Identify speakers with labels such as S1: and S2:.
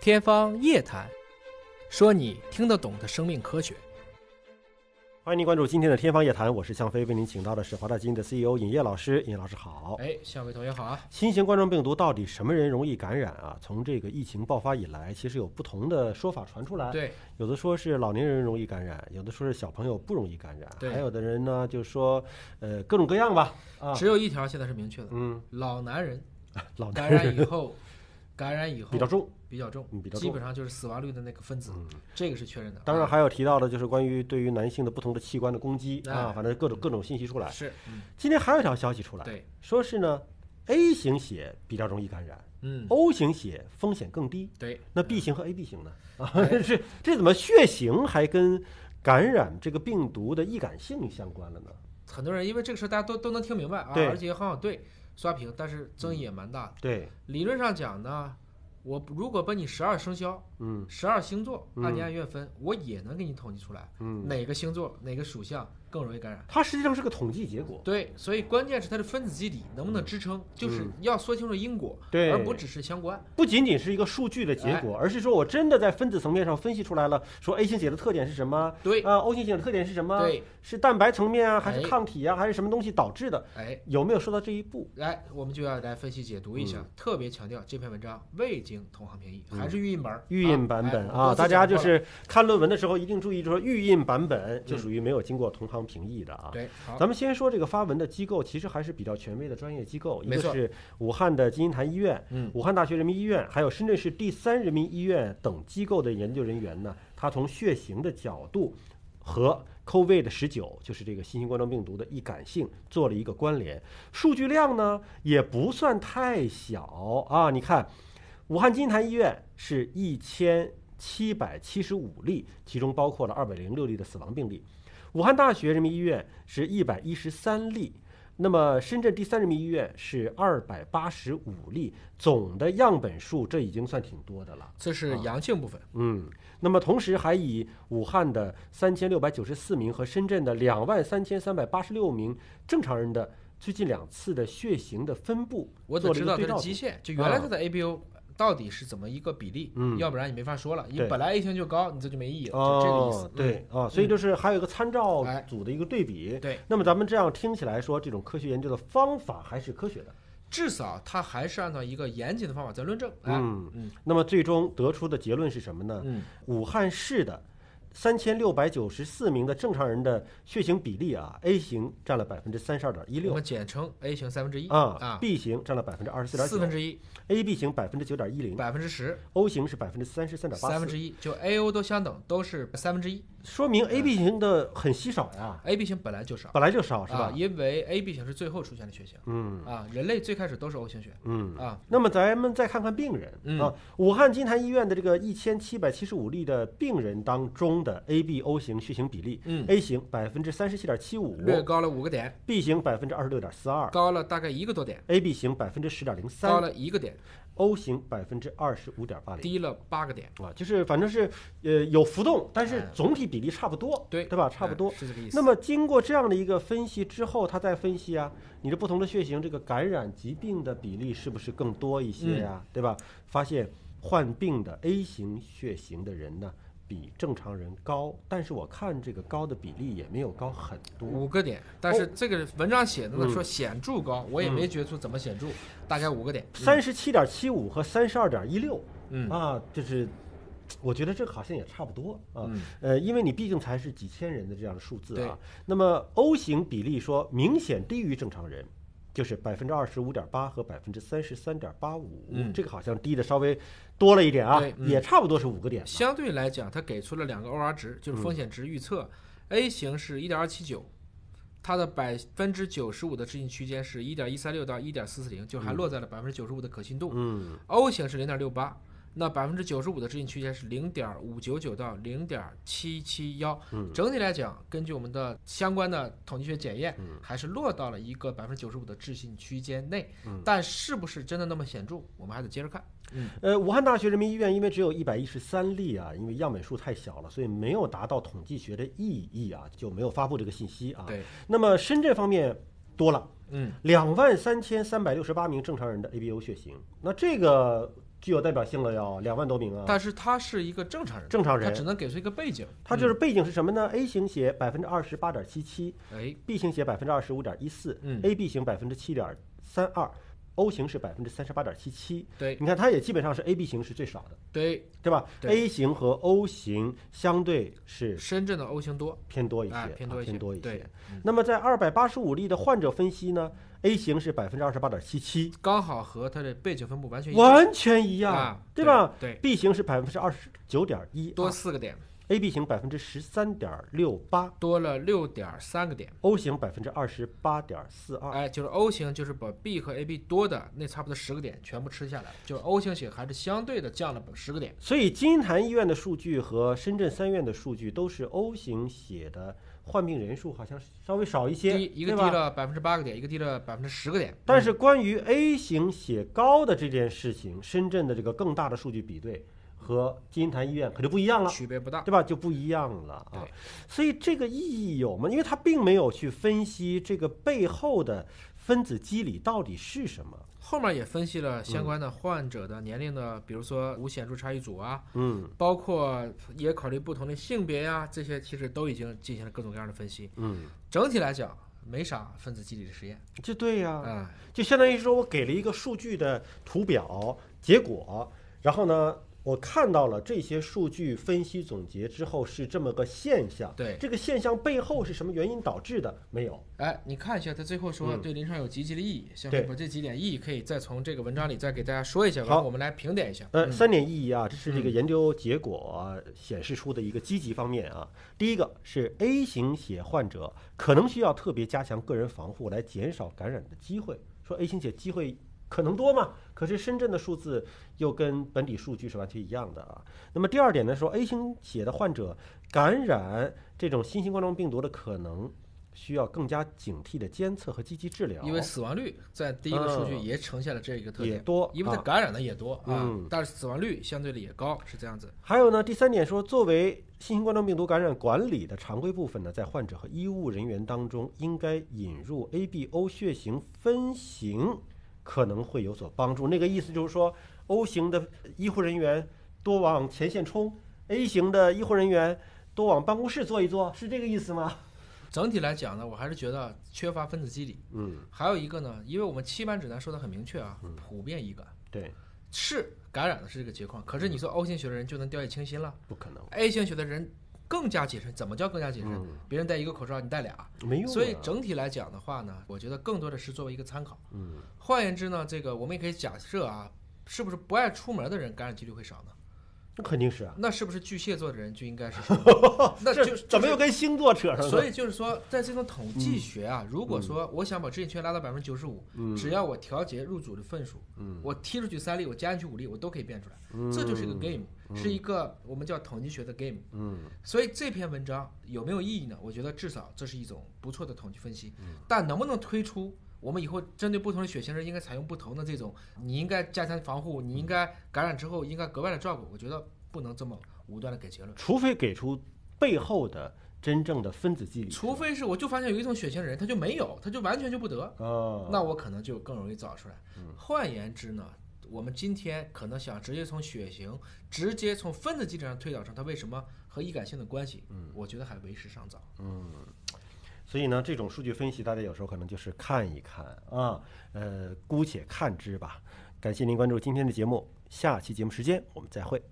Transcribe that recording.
S1: 天方夜谭，说你听得懂的生命科学。
S2: 欢迎您关注今天的《天方夜谭》，我是向飞，为您请到的是华大基因的 CEO 尹烨老师。尹烨老师好。
S1: 哎，向伟同学好啊！
S2: 新型冠状病毒到底什么人容易感染啊？从这个疫情爆发以来，其实有不同的说法传出来。
S1: 对，
S2: 有的说是老年人容易感染，有的说是小朋友不容易感染，
S1: 对
S2: 还有的人呢就说，呃，各种各样吧。啊，
S1: 只有一条现在是嗯明确的：
S2: 嗯，
S1: 老男人
S2: 老
S1: 感
S2: 男人
S1: 染以后，感染以后
S2: 比较重。
S1: 比较重
S2: 嗯比较重嗯
S1: 基本上就是死亡率的那个分子，这个是确认的。啊
S2: 当然还有提到的就是关于对于男性的不同的器官的攻击啊
S1: 哎，
S2: 反正各种各种信息出来。
S1: 是，嗯，
S2: 今天还有一条消息出来，
S1: 对，
S2: 说是呢，A 型血比较容易感染
S1: 嗯，
S2: ，O 型血风险更低。
S1: 对，
S2: 那 B 型和 AB 型呢？ 啊，
S1: 哎
S2: 这这怎么血型还跟感染这个病毒的易感性相关了呢？
S1: 很多人因为这个事儿大家都都能听明白啊，
S2: 对
S1: 而且也很好对刷屏，但是争议也蛮大的。
S2: 对，
S1: 理论上讲呢，我如果把你十二生肖、
S2: 嗯
S1: 十二星座
S2: 嗯
S1: 按年按月分，我也能给你统计出来
S2: 嗯，
S1: 哪个星座、哪个属相更容易感染。
S2: 它实际上是个统计结果。
S1: 对，所以关键是它的分子基底能不能支撑，就是要说清楚因果，
S2: 嗯对
S1: 而不只是相关。
S2: 不仅仅是一个数据的结果，
S1: 哎
S2: 而是说我真的在分子层面上分析出来了，说 A 型血的特点是什么？
S1: 对
S2: 啊，O 型血的特点是什么？
S1: 对，
S2: 是蛋白层面啊，还是
S1: 哎
S2: 抗体啊，还是什么东西导致的？
S1: 哎，
S2: 有没有说到这一步？
S1: 来，我们就要来分析解读一下，
S2: 嗯
S1: 特别强调这篇文章未经同行评议，还是预印本儿，
S2: 预印版本
S1: 啊，哎
S2: 啊，
S1: 我
S2: 大
S1: 多次
S2: 家
S1: 讲
S2: 就
S1: 过了
S2: 是看论文的时候一定注意，就说预印版本就属于没有经过同行评议的啊。
S1: 对，好，
S2: 咱们先说这个发文的机构，其实还是比较权威的专业机构，一
S1: 没
S2: 个
S1: 错
S2: 是武汉的金银潭医院、
S1: 嗯，
S2: 武汉大学人民医院，还有深圳市第三人民医院等机构的研究人员呢，他从血型的角度和 COVID 十九，就是这个新型冠状病毒的易感性做了一个关联，数据量呢也不算太小啊，你看。武汉金银潭医院是一千七百七十五例，其中包括了二百零六例的死亡病例。武汉大学人民医院是一百一十三例，那么深圳第三人民医院是二百八十五例，总的样本数这已经算挺多的了。
S1: 这是阳性部分，
S2: 嗯，那么同时还以武汉的三千六百九十四名和深圳的两万三千三百八十六名正常人的最近两次的血型的分布
S1: 我
S2: 做
S1: 得
S2: 了一
S1: 知
S2: 个
S1: 道它
S2: 对照
S1: 的
S2: 组。啊
S1: 极限，就原来它的 ABO 到底是怎么一个比例，
S2: 嗯
S1: 要不然你没法说了，因为
S2: 对
S1: 本来 A 型就高，你这就没意义了，就这个意
S2: 哦
S1: 思，，嗯
S2: 对啊，所以就是还有一个参照
S1: 哎
S2: 组的一个对比
S1: 嗯，。对，
S2: 那么咱们这样听起来说，这种科学研究的方法还是科学的。
S1: 至少它还是按照一个严谨的方法在论证，哎，
S2: 嗯
S1: 嗯
S2: 那么最终得出的结论是什么呢？
S1: 嗯，
S2: 武汉市的三千六百九十四名的正常人的血型比例啊，A 型占了百分之三十二点一
S1: 我
S2: 六
S1: 们简称 A 型三分之一
S2: 啊，B 型占了百分之二十四点
S1: 嗯四分
S2: 九
S1: 之一，
S2: ，AB 型百分之九点一零
S1: 百分之十，
S2: ，O 型是百分之三十三点八
S1: 三分
S2: 四，
S1: 之一，就 A、O 都相等，都是三分之一
S2: 说明 AB 型的很稀少呀，
S1: ，A、B 型本来就少，
S2: 本来就少哦是
S1: 啊
S2: 吧？
S1: 因为 A、B 型是最后出现的血型
S2: 嗯
S1: 啊，人类最开始都是 O 型血
S2: 嗯。
S1: 啊，
S2: 那么咱们再看看病人、
S1: 嗯
S2: 啊，武汉金坛医院的这个一千七百七十五例的病人当中的 ABO 型血型比例、
S1: 嗯，
S2: a 型百分之三十七点七五
S1: 略高了五个点，
S2: ，B 型百分之二十六点四二
S1: 高了大概一个多点，
S2: ，AB 型百分之十点零
S1: 高
S2: 三
S1: 了一个点，
S2: ，O 型百分之二十五点八零。
S1: 低了八个点，
S2: 啊，就是反正是呃有浮动，但是
S1: 哎
S2: 总体比例差不多，
S1: 对
S2: 对啊吧？差不多
S1: 嗯。是这个意思。
S2: 那么经过这样的一个分析之后，他再分析啊，你的不同的血型这个感染疾病的比例是不是更多一些
S1: 嗯
S2: 呀、对吧？发现患病的 A 型血型的人呢，比正常人高，但是我看这个高的比例也没有高很多。
S1: 五个点，但是这个文章写的
S2: 嗯
S1: 呢说显著高，我也没觉出怎么显著，大概五个点。
S2: 三十七点七五和三十二点一六
S1: 嗯，
S2: 啊，就是我觉得这个好像也差不多啊。
S1: 嗯
S2: 呃，因为你毕竟才是几千人的这样的数字
S1: 对
S2: 啊。那么 O 型比例说明显低于正常人，就是百分之二十五点八和百分之三十三点八五
S1: 嗯，
S2: 这个好像低的稍微多了一点啊
S1: 对，嗯
S2: 也差不多是五个点吧。
S1: 相对来讲，它给出了两个 OR 值，
S2: 嗯
S1: 就是风险值预测。A 型是一点二七九，它的百分之九十五的置信区间是一点一三六到一点四四零，就还落在了百分之九十五的可信度。
S2: 嗯
S1: O 型是零点六八，那百分之九十五的置信区间是零点五九九到零点七七幺。
S2: 嗯
S1: 整体来讲，根据我们的相关的统计学检验，还是落到了一个百分之九十五的置信区间内。
S2: 嗯
S1: 但是不是真的那么显著，我们还得接着看。
S2: 呃，武汉大学人民医院因为只有一百一十三例啊，因为样本数太小了，所以没有达到统计学的意义啊，就没有发布这个信息啊。
S1: 对，
S2: 那么深圳方面多了。
S1: 嗯，
S2: 两万三千三百六十八名正常人的 ABO 血型，那这个具有代表性了哟，两万多名啊。
S1: 但是他是一个正常人，
S2: 正常
S1: 他
S2: 人
S1: 只，嗯能给出一个背景。
S2: 它就是背景是什么呢？A 型血百分之二十八点七七
S1: 哎，
S2: ，B 型血百分之二十五点一四
S1: 嗯
S2: ，AB 型百分之七点三二，O 型是百分之三十八点七七。
S1: 对
S2: 你看，它也基本上是 AB 型是最少的，
S1: 对，
S2: 对吧
S1: 对
S2: ？A 型和 O 型相对是
S1: 深圳的 O 型多，
S2: 偏多一些，
S1: 哎
S2: 啊
S1: 偏多一些
S2: 偏多一
S1: 对
S2: 些。那么在二百八十五例的患者分析呢，A 型是百分之二十八点七七，
S1: 刚好和他的背景分布完全一致
S2: 完全一样
S1: 啊，，
S2: 哎对吧？？
S1: 对，
S2: B 型是百分之二十九点一，
S1: 多四个点，
S2: AB 型百分之十三点六八
S1: 多了六点三个点。
S2: ，O 型百分之二十八点四二。
S1: 哎，就是 O 型，就是把 B 和 AB 多的那差不多十个点全部吃下来，就是 O 型血还是相对的降了十个点。
S2: 所以金坛医院的数据和深圳三院的数据都是 O 型血的患病人数好像稍微少一些，
S1: 低一个低
S2: 对吧？
S1: 了百分之八个点，一个低了百分之十个点。嗯
S2: 但是关于 A 型血高的这件事情，深圳的这个更大的数据比对和金坛医院可就不一样了，
S1: 区别不大。
S2: 对吧？就不一样了啊
S1: 对。
S2: 所以这个意义有吗？因为它并没有去分析这个背后的分子机理到底是什么。
S1: 后面也分析了
S2: 嗯
S1: 相关的患者的年龄的，比如说无显著差异组啊，
S2: 嗯
S1: 包括也考虑不同的性别呀、这些其实都已经进行了各种各样的分析。
S2: 嗯，
S1: 整体来讲，没啥分子机理的实验
S2: 这对呀、
S1: 啊、
S2: 就相当于说我给了一个数据的图表结果，然后呢，我看到了这些数据分析总结之后是这么个现象。
S1: 啊对，
S2: 这个现象背后是什么原因导致的？没有。
S1: 哎，你看一下，他最后说
S2: 嗯
S1: 对临床有积极的意义，想
S2: 对
S1: 把这几点意义可以再从这个文章里再给大家说一下，
S2: 好
S1: 然后我们来评点一下。
S2: 呃，
S1: 嗯
S2: 三点意义啊，这是这个研究结果啊、显示出的一个积极方面啊。第一个是 A 型血患者可能需要特别加强个人防护来减少感染的机会。说 A 型血机会可能多嘛？可是深圳的数字又跟本地数据是完全一样的啊。那么第二点呢，说 A 型血的患者感染这种新型冠状病毒的可能需要更加警惕的监测和积极治疗，
S1: 因为死亡率在第一个数据
S2: 嗯
S1: 也呈现了这一个特
S2: 也
S1: 点，
S2: 多，
S1: 因为它
S2: 啊
S1: 感染的也多啊，
S2: 嗯
S1: 但是死亡率相对的也高，是这样子。
S2: 还有呢，第三点说，作为新型冠状病毒感染管理的常规部分呢，在患者和医务人员当中，应该引入 ABO 血型分型，可能会有所帮助。那个意思就是说，O 型的医护人员多往前线冲，A 型的医护人员多往办公室坐一坐，是这个意思吗？
S1: 整体来讲呢，我还是觉得缺乏分子机理。
S2: 嗯，
S1: 还有一个呢，因为我们期班指南说的很明确啊，普遍医感
S2: 对，
S1: 是感染的是这个情况，
S2: 嗯
S1: 可是你说 O 型血的人就能掉以轻心了
S2: 不可能，
S1: ，A 型血的人更加谨慎。怎么叫更加谨慎？
S2: 嗯
S1: 别人戴一个口罩，你戴俩。
S2: 没用、啊。
S1: 所以整体来讲的话呢，我觉得更多的是作为一个参考。
S2: 嗯，
S1: 换言之呢，这个我们也可以假设啊，是不是不爱出门的人感染几率会少呢？
S2: 那肯定是啊，
S1: 那是不是巨蟹座的人就应 该是少呢？那就
S2: 这怎么又跟星座 扯上了？
S1: 所以
S2: 以
S1: 就是说，在这种统计学啊，如果说我想把知情权拉到百分之九十五，只要我调节入组的份数，我踢出去三粒，我加进去五粒，我都可以变出来，这就是一个 game，、是一个我们叫统计学的 game。
S2: 嗯，
S1: 所以这篇文章有没有意义呢？我觉得至少这是一种不错的统计分析，但能不能推出？我们以后针对不同的血型人，应该采用不同的这种，你应该加强防护，你应该感染之后应该格外的照顾。我觉得不能这么武断的给结论。
S2: 除非给出背后的真正的分子机理。
S1: 除非是我就发现有一种血型人，他就没有，他就完全就不得，
S2: 啊，
S1: 那我可能就更容易找出来。换言之呢，我们今天可能想直接从血型，直接从分子机制上推导出它为什么和易感性的关系，我觉得还为时尚早。
S2: 所以呢，这种数据分析，大家有时候可能就是看一看啊，呃，姑且看之吧。感谢您关注今天的节目，下期节目时间我们再会。